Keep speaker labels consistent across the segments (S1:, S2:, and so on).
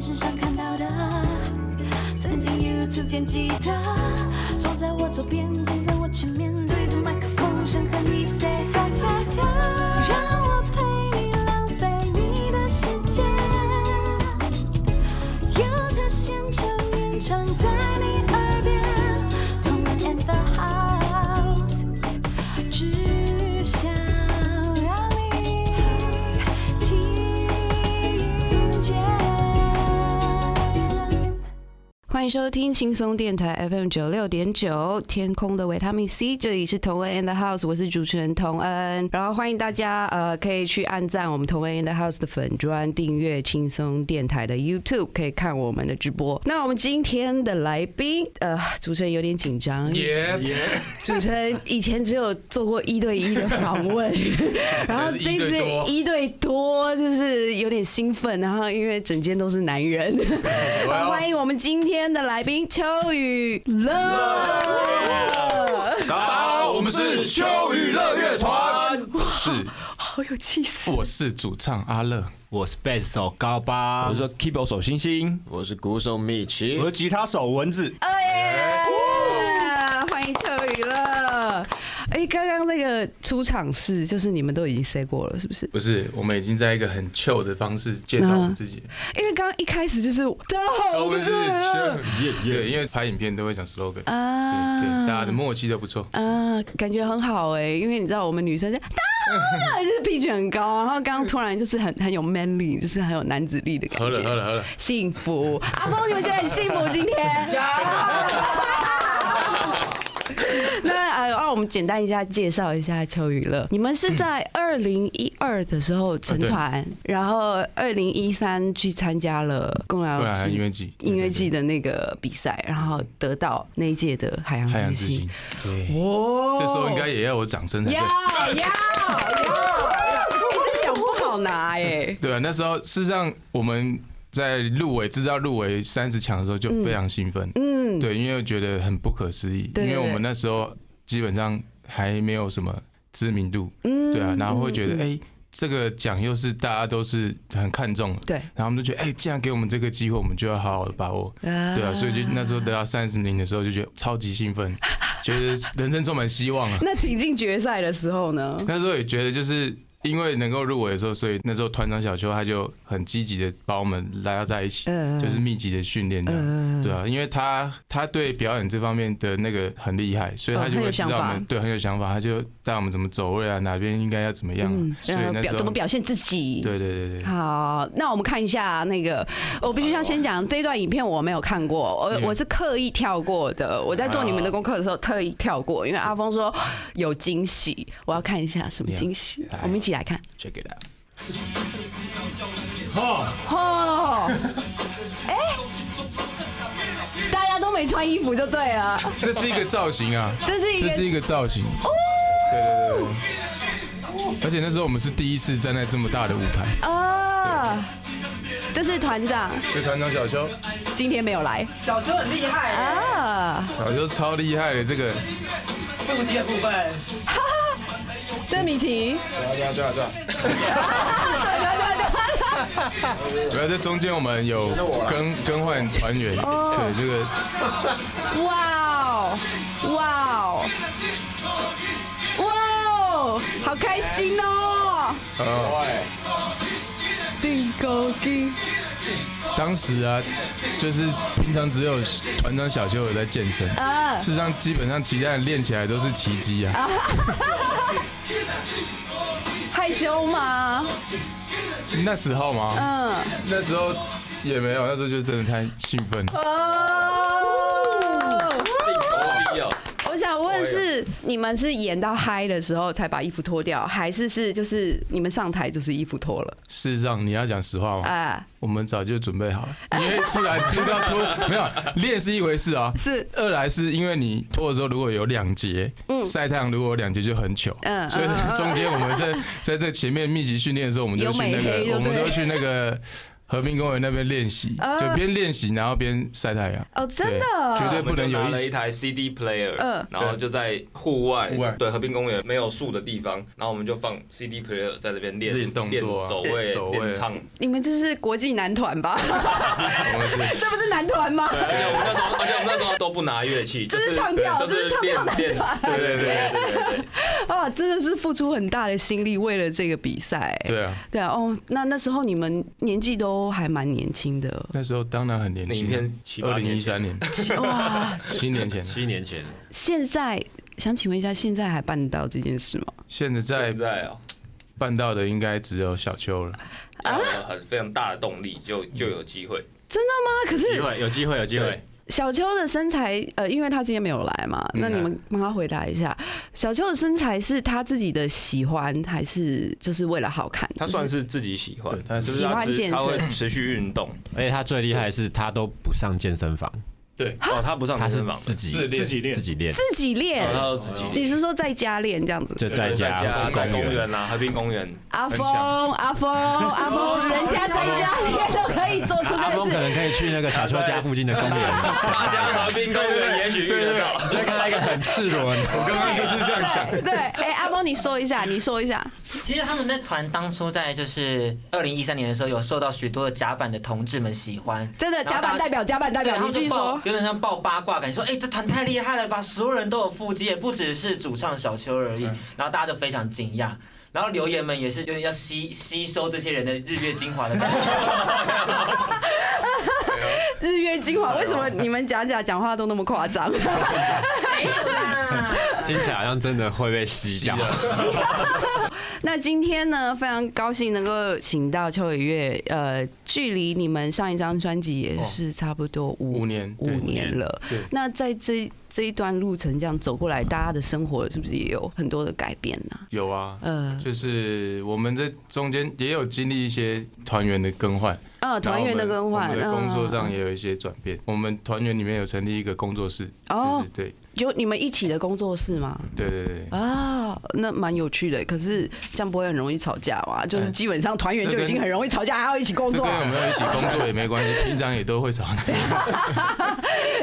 S1: 视上看到的。曾经 YouTube 键吉他，坐在我左边，站在我前面，对着麦克风想和你 say 哈哈哈，让我陪你浪费你的时间，有他现场演唱在你耳边，Tom and the House。只想让你听见。
S2: 欢迎收听轻松电台 FM 九六点九，天空的维他命 C，这里是同恩 and the house，我是主持人同恩。然后欢迎大家呃，可以去按赞我们同恩 and the house 的粉砖，订阅轻松电台的 YouTube，可以看我们的直播。那我们今天的来宾呃，主持人有点紧张，因为
S3: 耶耶，
S2: 主持人以前只有做过一对一的访 问，然后这
S3: 现在
S2: 次
S3: 是一对多
S2: 一对多就是有点兴奋，然后因为整间都是男人，好欢迎我们今天的来宾秋雨乐，
S3: 大家好，我们是秋雨乐乐团，是，
S2: 好有气势。
S3: 我是主唱阿乐，
S4: 我是贝斯手高巴，
S5: 我是说 keyboard 手星星，
S6: 我是鼓手米奇
S4: 我，是吉他手蚊子。
S2: 哎呀，欢迎秋雨乐。哎，刚刚那个出场式就是你们都已经 say 过了，是不是？
S3: 不是，我们已经在一个很 chill 的方式介绍我们自己，
S2: 因为刚刚一开始就是真好，
S3: 哦
S2: 啊
S3: 啊我们是
S2: 了
S3: chill，对，因为拍影片都会讲 slogan，对
S2: 啊
S3: 对，大家的默契都不错，
S2: 啊，感觉很好哎、因为你知道我们女生 就。当然就是 pitch 很高，然后刚刚突然就是很很有 man 力，就是很有男子力的感觉。
S3: 喝了喝了喝了，
S2: 幸福，阿峰，你们觉得很幸福今 天？那呃，让我们简单一下介绍一下秋娱乐。你们是在二零一二的时候成团，
S3: 啊
S2: 然后二零一三去参加了公
S3: 不
S2: 劳
S3: 然音
S2: 季
S3: 乐季，对
S2: 音乐季
S3: 对
S2: 的那个比赛，然后得到那一届的海
S3: 对海
S2: 洋
S3: 洋
S2: 之
S3: 之
S2: 星
S3: 心。，对，
S2: 哦
S3: 这时候应该也要有掌声才
S2: 要
S3: 对。
S2: 要要！哎，这奖不好拿哎。
S3: 对啊，那时候事实上我们在入围知道入围三十强的时候就非常兴奋，
S2: 嗯，
S3: 对，因为觉得很不可思议，
S2: 对
S3: 因为我
S2: 对
S3: 们那时候基本上还没有什么知名度，
S2: 嗯
S3: 对啊，然后会觉得
S2: 嗯
S3: 哎、这个奖又是大家都是很看重的，
S2: 对
S3: 然后我们就觉得哎、既然给我们这个机会，我们就要好好的把握。对啊，所以就那时候得到三十名的时候，就觉得超级 兴奋，觉得人生充满希望啊。
S2: 那挺进决赛的时候呢？
S3: 那时候也觉得就是因为能够入围的时候，所以那时候团长小秋他就很积极的把我们拉在一起，
S2: 嗯
S3: 就是密集的训练这样。
S2: 嗯
S3: 对啊，因为他他对表演这方面的那个很厉害，所以
S2: 哦
S3: 他就
S2: 很有
S3: 会知
S2: 想
S3: 道我
S2: 法
S3: 们对很有想法，他就带我们怎么走位啊，哪边应该要怎么样啊、所以
S2: 然后
S3: 那
S2: 嗯表
S3: 时
S2: 怎么
S3: 候
S2: 表现自己？
S3: 对对对对，
S2: 好，那我们看一下那个，我必须要先讲这段影片我没有看过，
S3: 嗯
S2: 我我是刻意跳过的。我在做你们的功课的时候特意跳过，因
S3: 啊
S2: 为阿峰说有惊喜，我要看一下什么惊喜
S3: Yeah，来，哎
S2: 我们一起来看。
S3: check it out。哦，
S2: 哦，哎，大家都没穿衣服就对了，
S3: 这是一个造型啊，
S2: 这是一
S3: 这是
S2: 个
S3: 一个造型。
S2: 哦
S3: 对对对对。而且那时候我们是第一次站在这么大的舞台，
S2: 啊，这是团长
S3: 就团长小秋，
S2: 今天没有来，小时候很厉害啊，
S3: 小秋超厉害的这个，
S2: 这是米 奇，
S3: 对啊对啊对啊对啊。
S2: 对对对对
S3: 主要在啊中间我哦们有更更换团员，对这个
S2: 哇哦，哇哦，哇哦，好开心哦！
S3: 呃。
S2: 定高定，
S3: 当时啊，就是平常只有团长小秋有在健身，
S2: 啊
S3: 事实上基本上其他人练起来都是奇迹啊。
S2: 害羞吗？
S3: 那时候嘛，
S2: 嗯，
S3: 那时候也没有，那时候就真的太兴奋了。
S2: 哦。
S5: 必要
S2: 我想问是，你们是演到嗨的时候才把衣服脱掉，还是是就是你们上台就是衣服脱了？
S3: 事实上，你要讲实话嘛，
S2: 啊，
S3: 我们早就准备好了，因为不然真的要脱， 没有练是一回事啊。
S2: 是
S3: 二来是因为你脱的时候如果有两节，晒太阳如果有两节就很糗，
S2: 嗯
S3: 所以
S2: 嗯嗯
S3: 中间我们在在这前面密集训练的时候，我们就
S2: 有
S3: 去那
S2: 美黑
S3: 个，
S2: 就
S3: 我们
S2: 对
S3: 都去那个和平公园那边练习，就边练习然后边晒太阳。
S2: 哦，真的，
S3: 对绝对
S6: 我
S3: 不
S6: 们就
S3: 能有
S6: 拿
S3: 一
S6: 了一
S3: 丝
S6: 台 CD player，
S2: 嗯
S6: 然后就在户外，
S3: 户外
S6: 对和平公园没有树的地方，然后我们就放 CD player 在这边练
S3: 练动作啊
S6: 走位、
S3: 走位
S6: 练唱。
S2: 你们就是国际男团吧？
S3: 我们是
S2: 这不是男团吗？
S6: 而且我们那时候，而且我们那时候都不拿乐器，
S2: 这
S6: 就是
S2: 唱跳
S6: 就
S2: 这是
S6: 是
S2: 唱跳
S6: 练
S2: 男
S6: 练，
S2: 团
S6: 对对对对对对。
S2: 啊，真的是付出很大的心力，为了这个比赛。
S3: 对啊，，
S2: 对啊，哦，那那时候你们年纪都还蛮年轻的
S3: 那时候当然很年
S6: 那影
S3: 轻啊，
S6: 片七
S3: 二
S6: 八
S3: 零一三 年，
S2: 哇！
S3: 七年前，
S5: 七年前，
S2: 现在想请问一下，现在还办得到这件事吗？
S3: 现在
S6: 现在哦，
S3: 办到的应该只有小秋了。
S6: 要有很非常大的动力，就就有机会。
S2: 真的吗？可
S5: 机
S2: 是
S5: 会有机会有机会
S6: 对，
S2: 小秋的身材，呃，因为她今天没有来嘛，
S3: 嗯
S2: 那你
S3: 啊
S2: 们帮她回答一下，小秋的身材是她自己的喜欢，还是就是为了好看？
S6: 他
S2: 就
S6: 算
S2: 是
S6: 是自己喜欢
S3: 对，他
S6: 就是
S2: 喜欢
S6: 他持
S2: 健
S6: 他会
S2: 身
S6: 持续运动。
S5: 而且他最厉害的是他都不上健身房，
S3: 对，
S6: 哦，他不上
S5: 他
S6: 健
S5: 是
S6: 身房的，
S5: 自己
S3: 自
S4: 自己练
S5: 自。己练，
S2: 自己练
S6: 哦，他都自己
S2: 你是说在家练这样子？
S5: 就在
S6: 家
S5: 家或
S6: 在
S5: 者
S6: 公
S5: 公园。
S6: 园啊，和平公园。
S2: 阿峰，阿峰，阿峰，人家在家练都可以做出
S5: 阿
S2: 这
S5: 峰
S2: 件
S5: 可
S2: 事。
S5: 能可以去那个小秋家附近的公 园，
S6: 大家和平公园也许遇得到。
S5: 你就会看到一个很赤裸的，
S3: 我刚刚就是这样想。
S2: 对，哎，阿峰，你说一下，你说一下，
S7: 其实他们的团当初在就是二零一三年的时候，有受到许多的甲板的同志们喜欢，
S2: 真的，
S7: 然后
S2: 甲
S7: 大
S2: 板
S7: 家
S2: 代表，甲板代
S7: 对，
S2: 表，
S7: 他
S2: 你
S7: 们
S2: 继
S7: 就
S2: 续
S7: 爆
S2: 说，。
S7: 有点像爆八卦感，说哎、这团太厉害了吧，所有人都有腹肌，也不只是主唱小秋而已。
S6: 嗯
S7: 然后大家就非常惊讶，然后留言们也是有点要吸吸收这些人的日月精华的感觉。
S2: 日月精华，为什么你们假假讲话都那么夸 张？
S5: 听起来好像真的会被吸掉。
S2: 那今天呢，非常高兴能够请到秋雨月，呃，距离你们上一张专辑也是差不多五、
S3: 哦五年
S2: 五
S3: 对
S2: 年了。
S3: 对
S2: 那在这这一段路程这样走过来，大家的生活是不是也有很多的改变呢、
S3: 有啊，
S2: 呃，
S3: 就是我们这中间也有经历一些团员的更换，
S2: 呃，团员的
S3: 然后
S2: 更
S3: 我们
S2: 换，
S3: 我们的工作
S2: 嗯
S3: 上也有一些转变。我们团员里面有成立一个工作室，就
S2: 哦
S3: 是，对
S2: 有你们一起的工作室吗？
S3: 对对对。
S2: 啊，那蛮有趣的。可是这样不会很容易吵架哇？就是基本上团员
S3: 这
S2: 就已
S3: 跟
S2: 经很容易吵架，还要一起工
S3: 这
S2: 作啊
S3: 跟，有没有一起工作也没 关系，平常也都会吵架。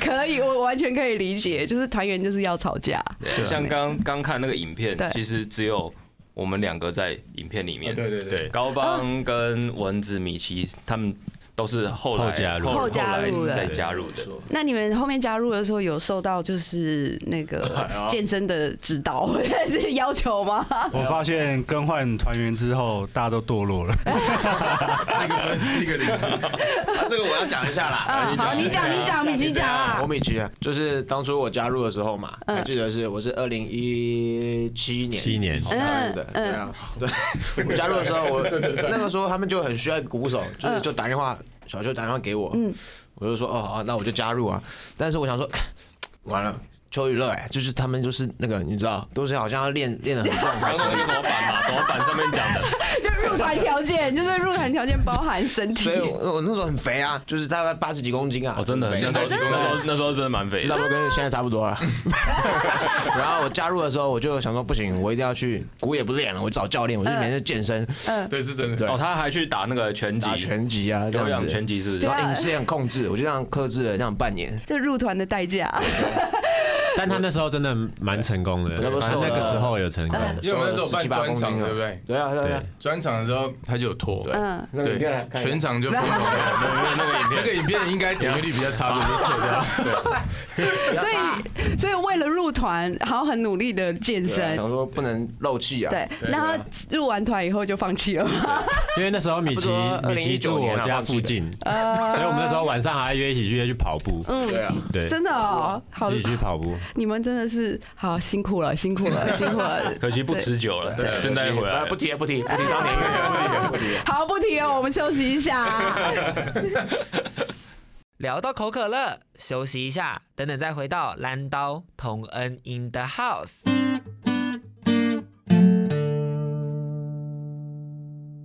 S2: 可以，我完全可以理解，就是团员就是要吵 架。
S3: 对啊
S6: 像刚刚看那个影片
S2: 对，
S6: 其实只有我们两个在影片里面。
S3: 啊对对对
S6: 高帮跟蚊子、米奇他们都是后来
S5: 后加入
S2: 后
S6: 后
S2: 加
S6: 来
S2: 入的
S6: 再加入的。
S2: 那你们后面加入的时候，有受到就是那 个健身的指导 或者是要求吗？
S4: 我发现更换团员之后，大家都堕落了。
S3: 这个分 是一个领域，
S8: 这个我要讲一下啦。
S2: 啊，好，你讲，你讲，米奇讲啊
S8: 我。米奇啊，就是当初我加入的时候嘛，还记得是我是二零一七年
S5: 7年
S8: 加入的，对啊，对， 我加入的时嗯候我那个时候他们就很需要一个鼓手，就是就打电话，小舅打电话给我，我就说哦好，那我就加入啊，但是我想说，完了。邱娱乐哎，就是他们就是那个你知道，都是好像要练练的很壮才
S6: 刚
S8: 可
S6: 刚
S8: 以
S6: 那个什么版嘛，什么版上面讲的，
S2: 就入团条件，就是入团条件包含身体
S8: 所以。我我那时候很肥啊，就是大概八十几公斤啊。
S6: 哦，真的很
S8: 很
S6: 那时候
S8: 肥
S6: 那时候那时候真的蛮肥
S8: 差
S6: 的。
S8: 不多跟现在差不 多了。然后我加入的时候，我就想说不行，我一定要去，鼓也不练了，我找教练，我就每天健身、
S2: 嗯
S3: 对是真的。
S6: 哦，他还去打那个拳击
S8: 打，拳击啊，这
S6: 有
S8: 样
S6: 氧
S8: 子。
S6: 拳击是不是
S2: 对啊
S8: 然后饮食也很控制，我就这样克制了这样半年。
S2: 这入团的代价，
S5: 但他那时候真的蛮成功的，
S8: 我那时候
S5: 他那个时候有成功，
S3: 因为我们那时候
S8: 瘦
S3: 办
S8: 了17八
S3: 专场，
S8: 公斤啊
S3: 对不对？
S8: 对啊，对啊对啊
S5: 对。
S3: 专场的时候他就有拖，
S2: 嗯，
S8: 那个一定要来
S3: 对，
S8: 看一下
S3: 全场就疯狂。那个影 片，那个影片应该点阅率比较差，所以就撤掉。
S2: 所以所以为了入团，然后很努力的健
S8: 对啊
S2: 身，
S8: 想说不能漏气啊。啊
S2: 对，
S3: 对
S2: 然后入完团以后就放弃了吗？
S5: 因为那时候米奇
S8: 差不多
S5: 米奇住我家附近，所以我们那时候晚上还约一起去约去跑步，
S8: 对啊，
S5: 对，
S2: 嗯真的哦，好，
S5: 一起去跑步。
S2: 你们真的是好辛苦了，辛苦了，辛苦 了。
S6: 可惜不持久了，对，现在回来了
S8: 不提了不提不提当年啊不提不提。
S2: 好，不提了，我们休息一下。
S7: 聊到口渴了，休息一下，等等再回到蓝刀同恩 in the house。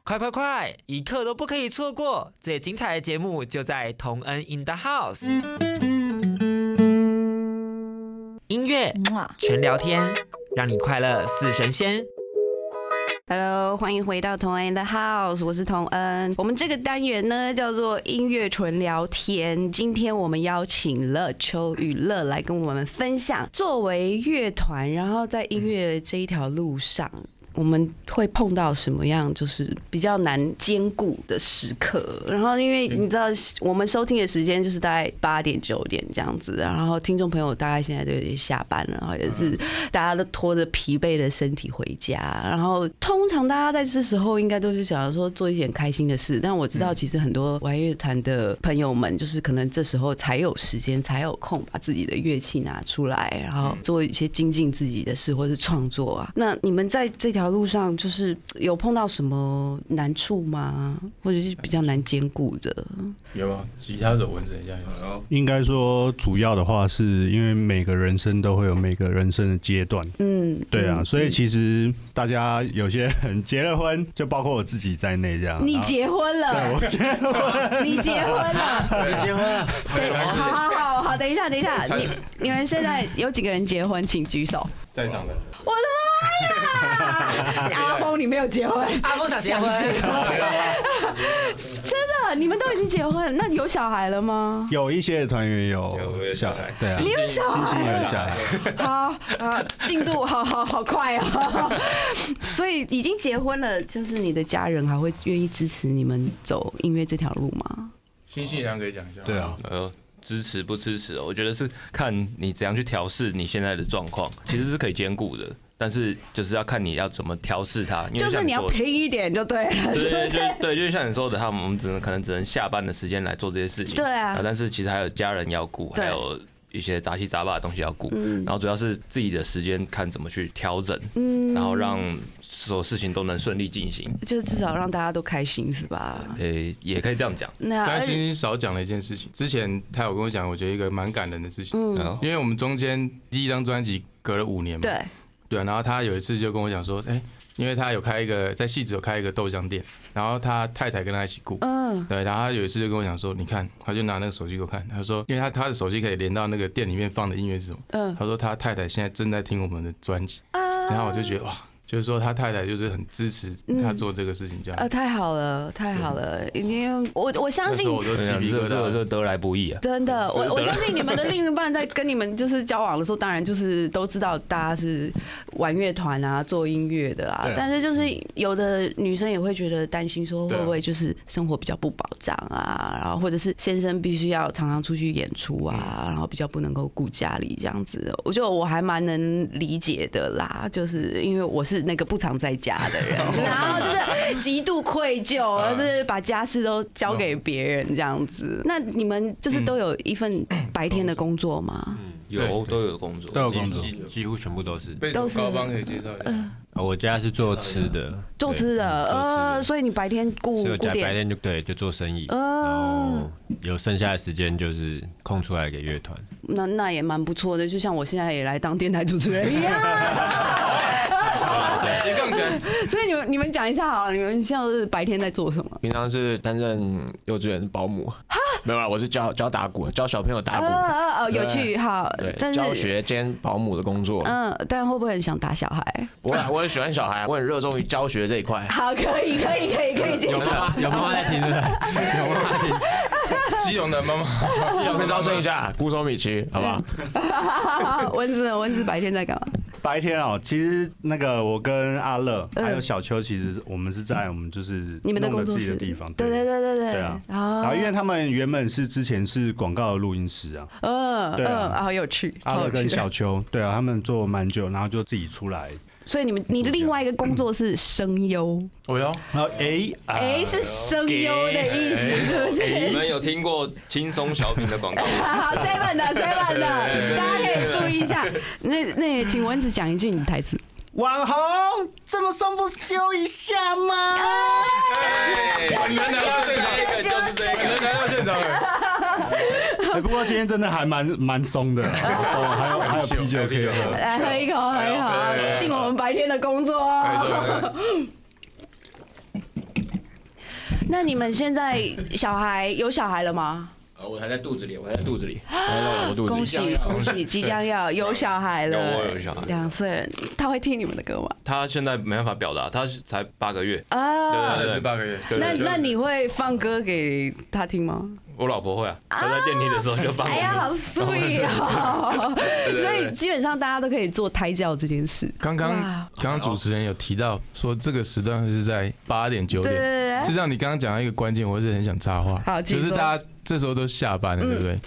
S7: 快快快，一刻都不可以错过！最精彩的节目就在同恩 in the house。音乐全聊天，让你快乐似神仙。
S2: Hello，欢迎回到童恩的 House，我是童恩。我们这个单元呢叫做音乐纯聊天。今天我们邀请了邱雨乐来跟我们分享，作为乐团，然后在音乐这一条路上。我们会碰到什么样就是比较难兼顾的时刻，然后因为你知道我们收听的时间就是大概八点九点这样子，然后听众朋友大概现在都已经下班了，然后也是大家都拖着疲惫的身体回家，然后通常大家在这时候应该都是想要说做一点开心的事，但我知道其实很多玩乐团的朋友们就是可能这时候才有时间才有空把自己的乐器拿出来，然后做一些精进自己的事或是创作啊。那你们在这条路上就是有碰到什么难处吗？或者是比较难兼顾的？
S3: 有啊，吉他手纹身一下有。
S4: 应该说主要的话，是因为每个人生都会有每个人生的阶段，
S2: 嗯，
S4: 对啊，所以其实大家有些人结了婚，就包括我自己在内，这样。
S2: 你
S4: 然后
S2: 结婚
S4: 对
S2: 了，
S4: 我结了 婚，
S2: 你结婚了，
S6: 你结婚了？
S2: 对，好好好好，等一下，等一下，你你们现在有几个人结婚？请举手。
S3: 在场的，
S2: 我的妈呀！阿峰，你没有结婚，
S7: 阿峰想结婚，
S2: 真的，你们都已经结婚，那有小孩了吗？
S4: 有一些团员有
S6: 有有
S4: 小
S6: 小孩
S4: 对啊，
S2: 你有小
S4: 星星
S2: 孩
S4: 有
S2: 了？
S4: 小孩，
S2: 好啊，进度好好好快哦！所以已经结婚了，就是你的家人还会愿意支持你们走音乐这条路吗？
S3: 新信阳可以讲一下。
S4: 对啊，
S9: 呃，支持不支持哦，我觉得是看你怎样去调试你现在的状 况，其实是可以兼顾的，但是就是要看你要怎么调试它。因为
S2: 就是
S9: 像
S2: 你要
S9: 说的
S2: 拼一点就对了，
S9: 对
S2: 是
S9: 对
S2: 不
S9: 对
S2: 是？
S9: 对，就是像你说的，他们我们只能可能只能下班的时间来做这些事情。
S2: 对啊
S9: 但是其实还有家人要顾，
S2: 对嗯
S9: 还有一些杂七杂八的东西要顾。然后主要是自己的时间看怎么去调整，
S2: 嗯
S9: 然后让所有事情都能顺利进行。
S2: 就是至少让大家都开心是吧？
S9: 呃、也可以这样讲。
S2: 那啊
S3: 但
S2: 而
S3: 是
S2: 且
S3: 星星少讲了一件事情，之前他有跟我讲，我觉得一个蛮感人的事情，
S9: 嗯
S3: 因为我们中间第一张专辑隔了五年嘛，
S2: 嗯对，
S3: 对啊，然后他有一次就跟我讲说，哎、因为他有开一个在戏子有开一个豆浆店，然后他太太跟他一起雇，
S2: 嗯，
S3: 对，然后他有一次就跟我讲说，你看，他就拿那个手机给我看，他说，因为他他的手机可以连到那个店里面放的音乐是什么，
S2: 嗯啊
S3: 他说他太太现在正在听我们的专辑，然后我就觉得哇，就是说他太太就是很支持他做这个事情这样，
S2: 嗯呃，太好了，太好了，因为我我相
S3: 那时
S2: 信
S3: 候我都鸡
S9: 哎这
S3: 皮疙
S9: 这这
S3: 瘩，
S9: 这得来不易啊。
S2: 真的，我我相信你们的另一半在跟你们就是交往的时候，当然就是都知道大家是玩乐团啊、做音乐的啊
S4: 对，啊
S2: 但是就是
S5: 嗯
S2: 有的女生也会觉得担心，说会
S3: 对啊
S2: 不会就是生活比较不保障啊，然后或者是先生必须要常常出去演出啊，
S5: 嗯
S2: 然后比较不能够顾家里这样子。我觉得我还蛮能理解的啦，就是因为我是那个不常在家的 人，然后就是极度愧疚，而
S5: 嗯
S2: 是把家事都交给别人这样子。那你们就是都有一份白天
S5: 嗯
S2: 的工作吗？
S9: 有都有工作，
S4: 都有工作，
S5: 几几乎全部都是。
S3: 被
S2: 都是
S3: 高帮可以介绍一下，
S5: 啊我家是做吃的，
S2: 做吃的，
S5: 对嗯做吃的
S2: 呃，所以你白天顾
S5: 所以我
S2: 顾
S5: 家白
S2: 店，
S5: 天就对就做生意，然
S2: 哦
S5: 后有剩下的时间就是空出来给乐团。
S2: 那那也蛮不错的，就像我现在也来当电台主持人一样。
S6: 斜杠起来，
S2: 所以你们你们讲一下好了，你们像是白天在做什么？
S8: 平常是担任幼稚园保姆，啊没有啦，我是教教打鼓，教小朋友打
S2: 啊
S8: 鼓，
S2: 啊啊！有趣好，但是
S8: 对，教学兼保姆的工作。
S2: 嗯，但会不会很想打小孩？
S8: 我我很喜欢小孩，我很热衷于教学这一块。
S2: 好，可以可以可以可以接受。
S5: 有妈妈在听的，有妈妈在听。
S3: 基隆的妈 妈，
S8: 顺便招生一下，孤手米奇，好不好？
S2: 嗯蚊子呢？蚊子白天在干嘛？
S4: 白天哦，其实那个我跟阿乐
S2: 嗯
S4: 还有小秋，其实我们是在我们就是
S2: 你们的
S4: 弄
S2: 工
S4: 的
S2: 作
S4: 自己
S2: 室
S4: 的地方，
S2: 对对对对哦对
S4: 对啊
S2: 然后
S4: 然后因为他们原本是之前是广告的录音师啊，
S2: 嗯
S4: 对啊
S2: 嗯，好有趣，
S4: 阿
S2: 好
S4: 乐
S2: 有
S4: 跟
S2: 趣。
S4: 小秋，对啊，他们做蛮久，然后就自己出来，
S2: 所以你们你另外一个工作是声优，
S3: 我要
S4: 然后 哎啊
S2: 哎，是声优的意思是不
S6: 你
S2: 是？
S6: 们有听过轻松小品的广告吗？
S2: 好好，seven 的 seven 的，大家可以注意一下。那那请蚊子讲一句你的台词。
S8: 网红这么松不揪一下吗？
S6: 哎，本人拿到这个就是这
S3: 本人
S6: 个，
S3: 来到现场了，
S4: 哎不过今天真的还蛮蛮松 的，蛮松的，还有还有啤酒可以喝。
S2: 来喝一口，喝一口啊，进我们白天的工作
S3: 没错
S2: 哦。
S3: 没错。
S2: 那你们现在小孩有小孩了吗？
S6: 呃，我还在肚子里，我还在肚子里。
S8: 来到了我肚子
S2: 恭
S8: 里。
S2: 喜恭喜，即将要有小孩
S9: 有我
S2: 了
S9: 有，小孩，
S2: 两岁了，他会听你们的歌吗？
S9: 他现在没办法表达，他才八个月。
S2: 啊，
S9: 对对对，
S3: 是八个月，
S2: 那那你会放歌给他听吗？
S9: 我老婆会啊，她在电梯的时候就帮
S6: 哦
S2: 哎呀，
S9: 我。
S2: 好 sweet 哦！
S9: 对对
S2: 所
S9: 对
S2: 以基本上大家都可以做胎教这件事。
S3: 刚刚
S2: 哇
S3: 刚刚主持人有提到说，这个时段是在八点九
S2: 对对
S3: 点。
S2: 对
S3: 实
S2: 对，
S3: 际上，你刚刚讲到一个关键，我是很想插话，
S2: 好请
S3: 就
S2: 说
S3: 是大家这时候都下班了，对不对？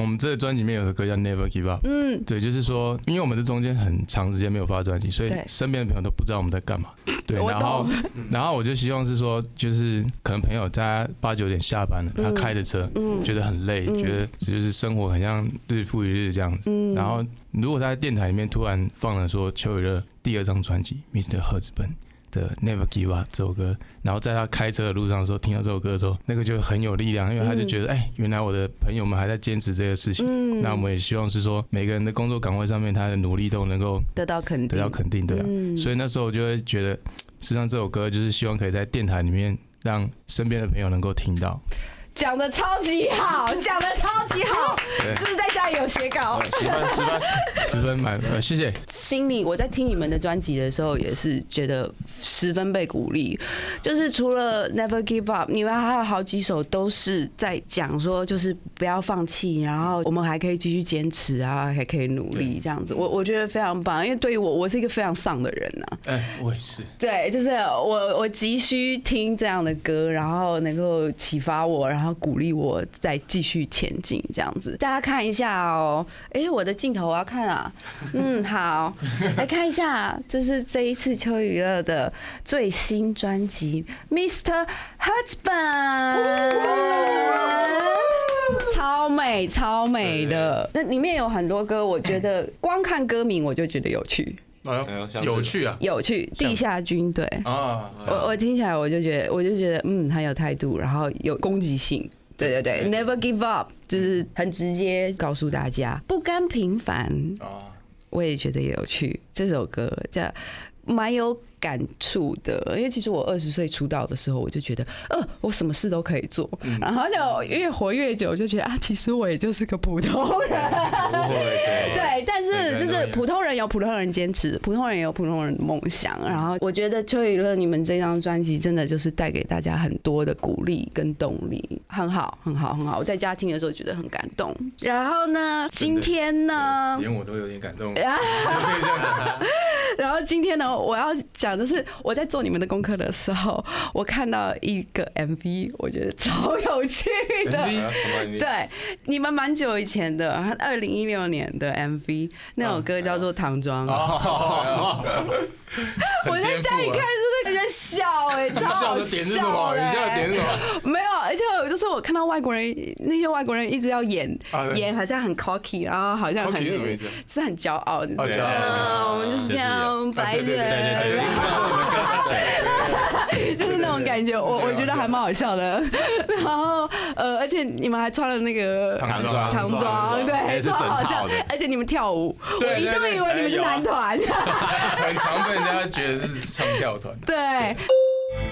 S3: 我们这个专辑里面有首歌叫《Never Give Up》，
S2: 嗯，
S3: 对，就是说，因为我们这中间很长时间没有发专辑，所以
S2: 对
S3: 身边的朋友都不知道我们在干嘛。对，
S2: 我
S3: 然后 然后我就希望是说，就是可能朋友在八九点下班了，他
S2: 嗯
S3: 开着车，觉得很累，觉得就是生活很像日复一日这样子。
S2: 嗯
S3: 然后如果他在电台里面突然放了说邱雨乐第二张专辑《Mr. 赫兹本》。的《Never Give Up》这首歌，然后在他开车的路上的时候听到这首歌的时候，那个就很有力量，因为他就觉得，哎、原来我的朋友们还在坚持这个事情。
S2: 嗯
S3: 那我们也希望是说，每个人的工作岗位上面，他的努力都能够
S2: 得到肯定，
S3: 得到肯定，对啊。所以那时候我就会觉得，实际上这首歌就是希望可以在电台里面让身边的朋友能够听到。
S2: 讲的超级好，讲的超级好，
S3: 对
S2: 是不是在家里有写稿？
S3: 十分，十分，十分满分，呃谢谢。
S2: 心里我在听你们的专辑的时候，也是觉得十分被鼓励。就是除了 Never Give Up，你们还有好几首都是在讲说，就是不要放弃，然后我们还可以继续坚持啊，还可以努力这样子。我我觉得非常棒，因为对于我，我是一个非常丧的人啊呐、
S3: 哎，我也是。
S2: 对，就是我我急需听这样的歌，然后能够启发我，然后鼓励我再继续前进这样子。大家看一下哦，哎，我的镜头我要看啊，嗯，好，来看一下，这是这一次秋娱乐的最新专辑《Mr. Husband》。超美，超美的。那里面有很多歌，我觉得光看歌名我就觉得有趣，
S9: 哎呦像
S3: 哎
S9: 是
S3: 呦，有趣啊！
S2: 有趣。地下军队，
S3: 啊，
S2: 我我听起来我就觉得，我就觉得，嗯，很有态度，然后有攻击性。对对对，Never give up，就是很直接告诉大家不甘平凡。
S3: 哦
S2: 我也觉得有趣，这首歌这蛮有感触的，因为其实我二十岁出道的时候，我就觉得，呃，我什么事都可以做，
S3: 嗯
S2: 然后就越活越久，就觉得啊，其实我也就是个普通人。
S3: 嗯
S9: 不会这样
S2: 对，但是
S3: 对
S2: 就
S3: 对
S2: 是
S3: 对
S2: 普通人有普通人坚持，普通人有普通人的梦想。然后我觉得邱雨乐你们这张专辑真的就是带给大家很多的鼓励跟动力，很好，很好，很好。我在家听的时候觉得很感动。然后呢，今天呢？
S3: 连我都有点感动。
S2: 啊然后今天呢，我要讲的是我在做你们的功课的时候，我看到一个 MV，我觉得超有趣的。 对，你们蛮久以前的，二零一六年的 MV，那首歌叫做《唐装》，
S3: 啊
S2: 我在家里看就是 在笑哎、超好
S3: 笑的点是什么？
S2: 笑
S3: 你
S2: 的
S3: 笑的
S2: 哎
S3: 点是什么？
S2: 没有，而且我就说我看到外国人，那些外国人一直要演
S3: 啊对
S2: 演，好像很 cocky，然后好像很
S3: Cocky 是什么意思
S2: 是很骄傲，就是
S3: 哦骄傲啊
S2: 嗯我们就是这样白人，就是那种感觉，我我觉得还蛮好笑 的。然后呃，而且你们还穿了那个
S3: 唐
S5: 装
S2: 唐装，
S5: 唐装
S2: 对，
S5: 哎是
S2: 超
S5: 整
S2: 好笑
S5: 套的，
S2: 而且你们跳舞，我
S3: 对
S2: 一
S3: 对
S2: 度
S3: 对哎啊
S2: 以为你们是男团，
S3: 很常被人家觉得是唱跳团。
S2: 对。